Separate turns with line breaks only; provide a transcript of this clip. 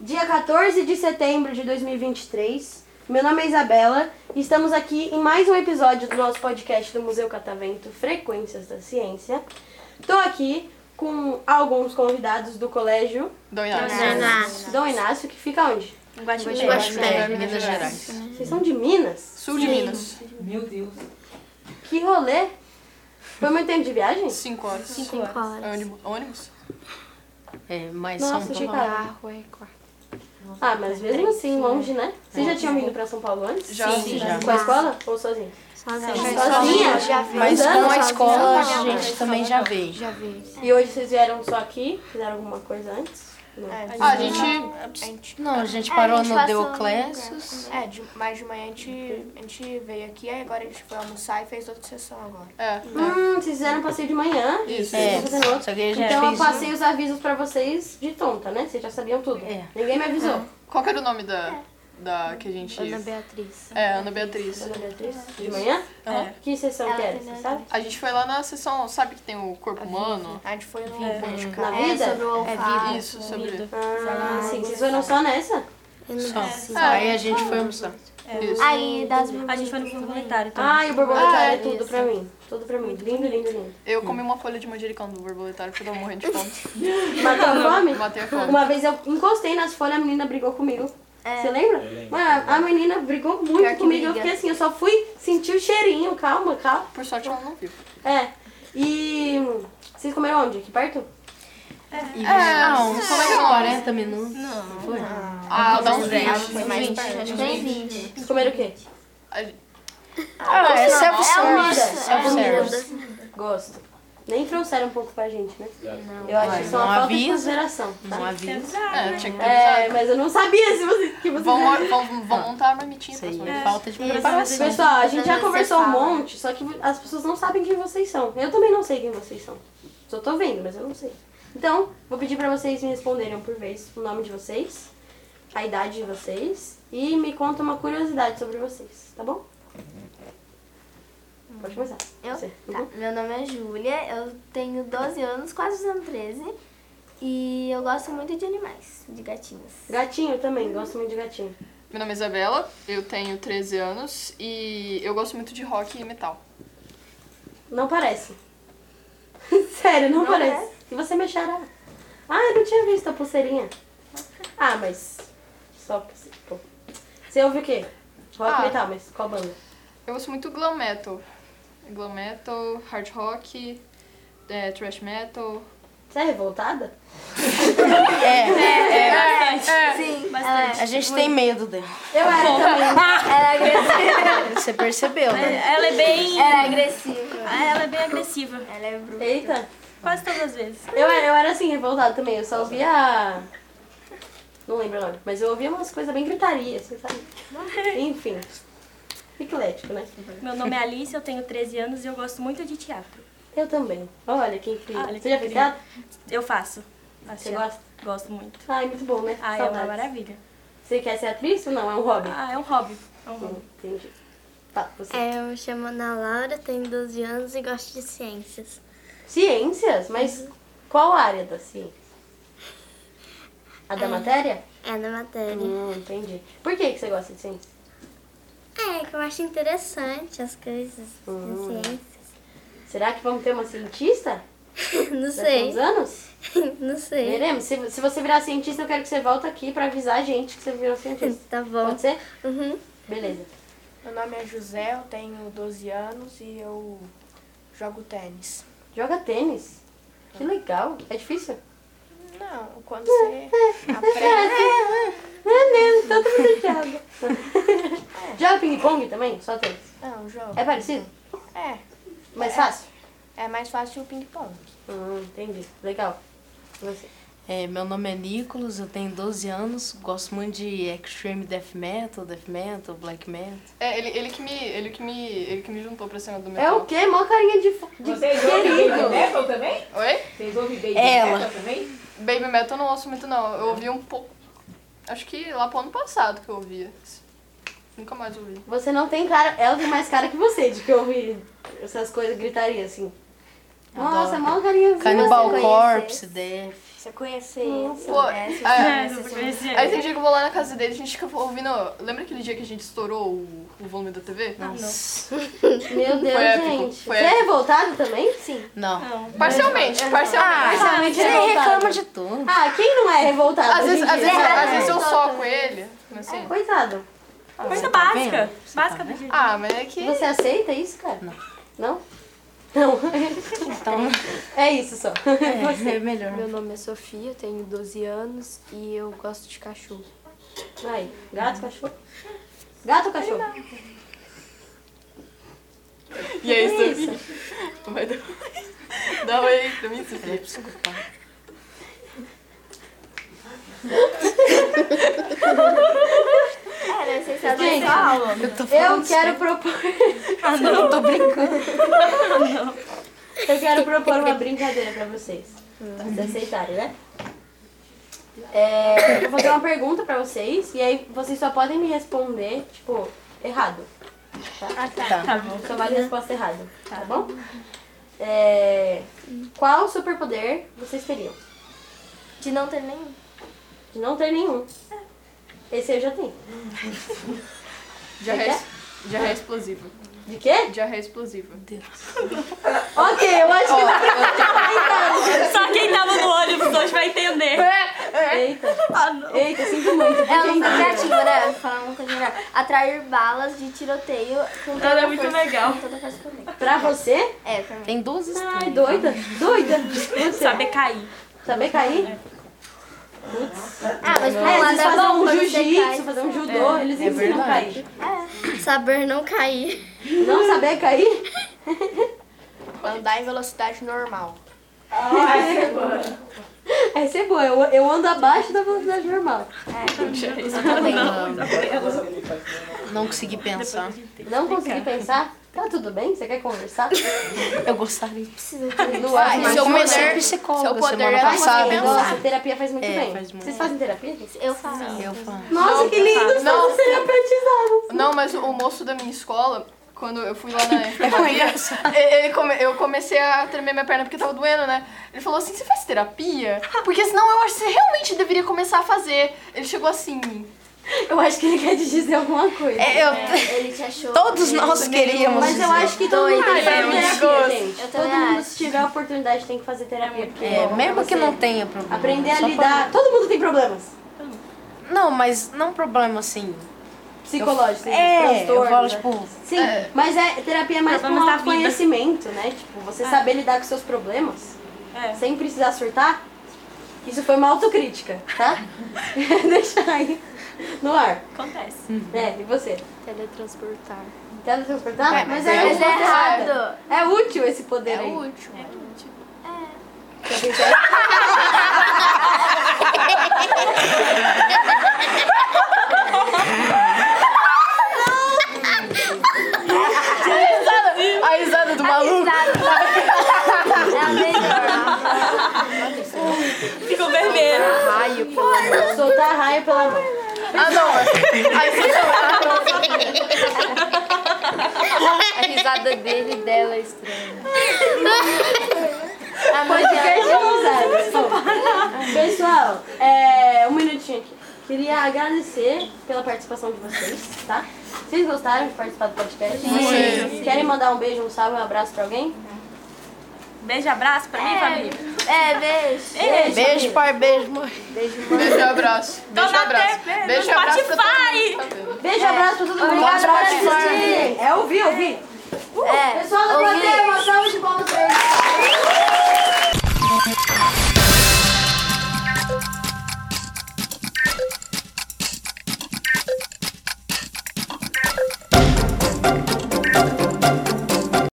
Dia 14 de setembro de 2023. Meu nome é Isabela e estamos aqui em mais um episódio do nosso podcast do Museu Catavento Frequências da Ciência. Estou aqui com alguns convidados do colégio
Dom
Inácio.
Dom Inácio, que fica onde?
Eu acho que é.
Minas Gerais.
Vocês são de Minas?
Sul de Minas.
Que rolê! Foi muito tempo de viagem?
5 horas.
Cinco horas.
Ônibus? Ônibus?
É, mas
Nossa,
São
achei
Tá.
Paulo.
carro. Ah, mas mesmo assim, longe, né? Vocês já tinham vindo pra São Paulo antes?
Já. Sim,
já.
Com a escola? Ou sozinho?
Sozinha.
Sozinha?
Mas
Andando
com a
sozinha?
escola a
Não,
gente também já veio.
E hoje vocês vieram só aqui? Fizeram alguma coisa antes? Não.
É,
Ah, a gente.
Não, É, a gente parou
a gente
no
passou no
Deoclesos.
É, de, mas de manhã a gente, a gente veio aqui, aí agora a gente foi almoçar e fez outra sessão agora.
É.
Hum, vocês fizeram passeio de manhã.
Isso.
É,
Tô fazendo outro.
só que a gente
Então eu
fez...
passei os avisos pra vocês de tonta, né? Vocês já sabiam tudo.
É.
Ninguém me avisou.
Qual que era o nome da. Da que a gente.
Ana Beatriz.
É, Ana Beatriz.
Dona Beatriz, de manhã?
Aham.
Que sessão que era, você sabe?
A gente foi lá na sessão, sabe que tem o corpo humano?
A gente foi no
É.
pão
Uhum.
de
Na
carne.
vida?
Sobre o olfato.
Isso, sobre.
Ah, sim. Vocês foram só nessa?
Só. Aí a gente foi almoçar.
Ah, Isso.
Aí, das
A gente foi no fundo comunitário também.
Ah, e o borboletário
Ah,
é tudo pra mim. Tudo pra mim. Lindo, lindo, lindo.
Eu comi uma folha de manjericão do borboletário porque eu tava morrendo de fome.
Matou a fome?
Matei a fome.
Uma vez eu encostei nas folhas, a menina brigou comigo. Você lembra? Mano, a menina brigou muito
Pior que
comigo. Eu
briga.
fiquei assim, eu só fui sentir o cheirinho. Calma, calma.
Por sorte ela não viu.
É. E hum, vocês comeram onde? Aqui perto?
E é, não, só mais 40 minutos. Não. Foi?
Ah, dá uns 20.
Foi mais perto.
Tem 20.
Vocês comeram o quê?
A gente-
Ah, é self-service.
comida.
é
Self-service.
Gosto. Nem trouxeram um pouco pra gente, né? Eu acho que só
não
uma falta de
avisa.
consideração. tá?
Não havia.
É, tinha que ter
É,
avisado.
mas eu não sabia se você, que vocês eram.
Vão, vão, vão montar a marmitinha pra
Isso aí
sua
é falta de preparação.
Pessoal, a gente já
Você
conversou um
fala.
monte, só que as pessoas não sabem quem vocês são. Eu também não sei quem vocês são. Só tô vendo, mas eu não sei. Então, vou pedir pra vocês me responderem por vez o nome de vocês, a idade de vocês e me conta uma curiosidade sobre vocês, tá bom? Pode começar.
Eu?
Você. Uhum.
Tá. Meu nome é Júlia, eu tenho 12 anos, quase usando 13. E eu gosto muito de animais, de gatinhos.
Gatinho também, gosto muito de gatinho.
Meu nome é Isabela, eu tenho 13 anos e eu gosto muito de rock e metal.
Não parece. Sério, não, parece. E você mexerá. Ah, eu não tinha visto a pulseirinha. Ah, mas. Só pulse- pô. Você ouve o quê? Rock
Ah.
metal, mas qual banda?
Eu gosto muito do glam metal. Glam metal, hard rock, é, thrash metal.
Você é revoltada?
É, A gente tem medo dela. Tá
Eu era também.
Ela é agressiva.
Você percebeu, né?
Ela é bem.
Ela é agressiva.
Ah, Ela é bem agressiva.
Ela é bruta.
Eita.
Quase todas as vezes.
Eu era, eu era assim, revoltada também. Eu só ouvia. Não lembro o nome, mas eu ouvia umas coisas bem gritaria, assim, sabe? Enfim. Eclético, né?
Meu nome é Alice, eu tenho 13 anos e eu gosto muito de teatro.
Eu também. Olha que incrível.
Olha que
você já fez
incrível.
teatro?
Eu faço. Faço
Você
teatro.
gosta?
Gosto muito.
Ai, muito bom, né?
Ah, é
Saudades.
uma maravilha.
Você quer ser atriz ou não? É um hobby?
Ah, é um hobby. É um hobby.
Entendi. Tá, você.
É, Eu me chamo Ana Laura, tenho 12 anos e gosto de ciências.
Ciências? Mas
Uhum.
qual área da ciência? A da matéria?
É na matéria.
Hum, entendi. Por que, que você gosta de ciência?
É, que eu acho interessante as coisas
Hum.
da ciência.
Será que vamos ter uma cientista
Não
daqui a uns
sei,
anos?
não sei.
Veremos. Se, se você virar cientista, eu quero que você volte aqui pra avisar a gente que você virou cientista.
Tá bom.
Pode ser?
Uhum.
Beleza.
Meu nome é José, eu tenho 12 anos e eu jogo tênis.
Joga tênis. Que legal. É difícil?
Não, quando você aprende.
É mesmo, todo mundo joga. joga ping-pong também? Só tênis.
Não, jogo.
É parecido?
É,
Mais fácil?
é mais fácil o ping-pong.
Ah,
Hum, entendi. Legal. E Você.
É, meu nome é Nicolas, eu tenho 12 anos, gosto muito de extreme death metal, death metal, black metal.
É, ele, ele que me. ele que me. ele que me juntou pra cima do
É
metal.
o quê? Mó carinha de, fo- de
Vocês ouvem Baby
querido.
Metal também?
Oi?
Vocês ouvem Baby
Ela.
Metal também?
Baby metal eu não ouço muito não. Eu ouvi um pouco. Acho que lá pro ano passado que eu ouvia. Nunca mais ouvi.
Você não tem cara. Ela tem mais cara que você de que eu ouvi essas coisas, gritaria assim. Nossa,
Adoro.
mal carinha
Cannibal
você
Corpse, Def.
Se eu conhecesse,
Pô,
soubesse,
é,
eu
soubesse,
conheci
Aí tem
ele.
dia que eu vou lá na casa dele, a gente fica ouvindo. Lembra aquele dia que a gente estourou o, o volume da TV?
Ah, Nossa.
Meu Deus,
Foi épico,
gente.
foi
você é
épico.
revoltado também?
Sim.
Não.
Ah,
Não.
Parcialmente, parcialmente.
Parcialmente
Você é
revoltado.
reclama de tudo.
Ah, quem não é revoltado?
é Às
hoje
vezes,
em
às
dia?
vezes,
É.
às vezes eu soco ele. Assim.
É, coitado.
Então,
Coisa
tá
básica.
vendo? Você
Básica
tá
do dia.
Ah, mas é que.
Você aceita isso, cara? Não. Não? Não.
Então,
É isso só.
é, é melhor.
Meu nome é Sofia, eu tenho 12 anos e eu gosto de cachorro.
Vai. Gato, cachorro? Gato ou cachorro?
E é
Que
isso. Vai dar- Dá um aí pra mim,
Ela é
Sofia.
psicopata.
É, né? Vocês sabem.
Gente,
Eu tô falando
eu quero propor.
sério, eu tô brincando.
Eu quero propor uma brincadeira pra vocês. Pra vocês
Uhum.
aceitarem, né? É, eu vou fazer uma pergunta pra vocês e aí vocês só podem me responder, tipo, errado.
Tá.
Só vale a resposta errada, tá, bom? É, qual superpoder vocês teriam?
De não ter nenhum.
De não ter nenhum.
É.
Esse eu já tenho.
Diarreia, diarreia explosiva.
De quê?
Diarreia explosiva.
Ok, eu acho que
Só quem tava no ônibus hoje vai entender.
É, Eita. Ah, Eita, sinto muito.
É
Ela não foi
tá
criativa, né? Vou falar uma coisa melhor. Atrair balas de tiroteio com toda
Ela é
a
muito
força-
legal.
Com toda a força que eu tenho.
Pra você?
É, pra mim.
Tem 12
Ai,
estrelas.
doida. Doida. Você.
Saber cair.
Saber cair?
Ah, mas por
É,
um lado
eles
é
fazer
bom
um
quando você
jiu-jitsu,
cai.
fazer um judô, eles ensinam a cair.
Saber não cair.
Não saber cair?
Andar em velocidade normal.
Essa é boa, eu, eu ando abaixo da velocidade normal.
Não consegui pensar.
Não consegui pensar? Tá tudo bem? Você quer conversar?
Eu gostaria.
Não acho.
Mas
mas-
eu
seu
comecei
poder-
psicóloga
seu poder
semana
era
passada.
você
então-
Nossa, terapia faz muito
É,
bem.
faz muito.
Vocês fazem terapia?
Eu faço.
Eu falo.
Nossa, que lindo!
Não,
Não, terapeutizados.
Não, mas o moço da minha escola, quando eu fui lá na
Foi
enfermaria,
engraçado.
ele come- eu comecei a tremer minha perna porque tava doendo, né? Ele falou assim, você faz terapia? Porque senão eu acho que você realmente deveria começar a fazer. Ele chegou assim...
Eu acho que ele quer te dizer alguma coisa.
É, eu-
Ele te achou.
Todos
ele-
nós queríamos.
Mas eu
dizer. né?
acho que todo mundo tem que
é
eu
um
fazer
gosto.
terapia, gente.
Eu
Todo
também
mundo,
acho.
se tiver a oportunidade, tem que fazer terapia. Porque
É, mesmo que
você
não tenha problema.
Aprender a
só
lidar. Todo mundo tem problemas
pra- Não, mas não problema assim.
psicológicos,
É, eu
transtornos.
falo,
né?
tipo,
Sim, mas é, terapia é mais pra
Problemas da
um
vida.
conhecimento, né? Tipo, você
É.
saber lidar com seus problemas
É.
sem precisar surtar. Isso foi uma autocrítica, tá? Deixa aí no ar.
Acontece.
É, e você?
Teletransportar.
Então, Teletransportar?
É,
mas
mas
é,
é
muito
Mas é
útil.
errado.
errado.
É útil esse poder aí.
útil. A risada do maluco.
É a melhor.
Ficou vermelho.
Raio, pelo amor.
Soltar a raia pela mão.
Ah, não. Aí você
A risada dele e dela é estranha.
Podcast amizades. Pessoal, é, um minutinho aqui. Queria agradecer pela participação de vocês, tá? Vocês gostaram de participar do podcast? Vocês querem mandar um beijo, um salve, um abraço pra alguém?
Beijo e abraço pra mim, família.
É, beijo.
Beijo, pai, beijo, mãe.
Beijo e abraço. Beijo e
na
abraço.
TV, no
Beijo e abraço pra
Spotify.
todo mundo.
Beijo, abraço pra todo mundo.
Obrigada
Obrigado por
por
assistir. É ouvir, ouvir.
É.
Pessoal do
ouvi.
Plateu,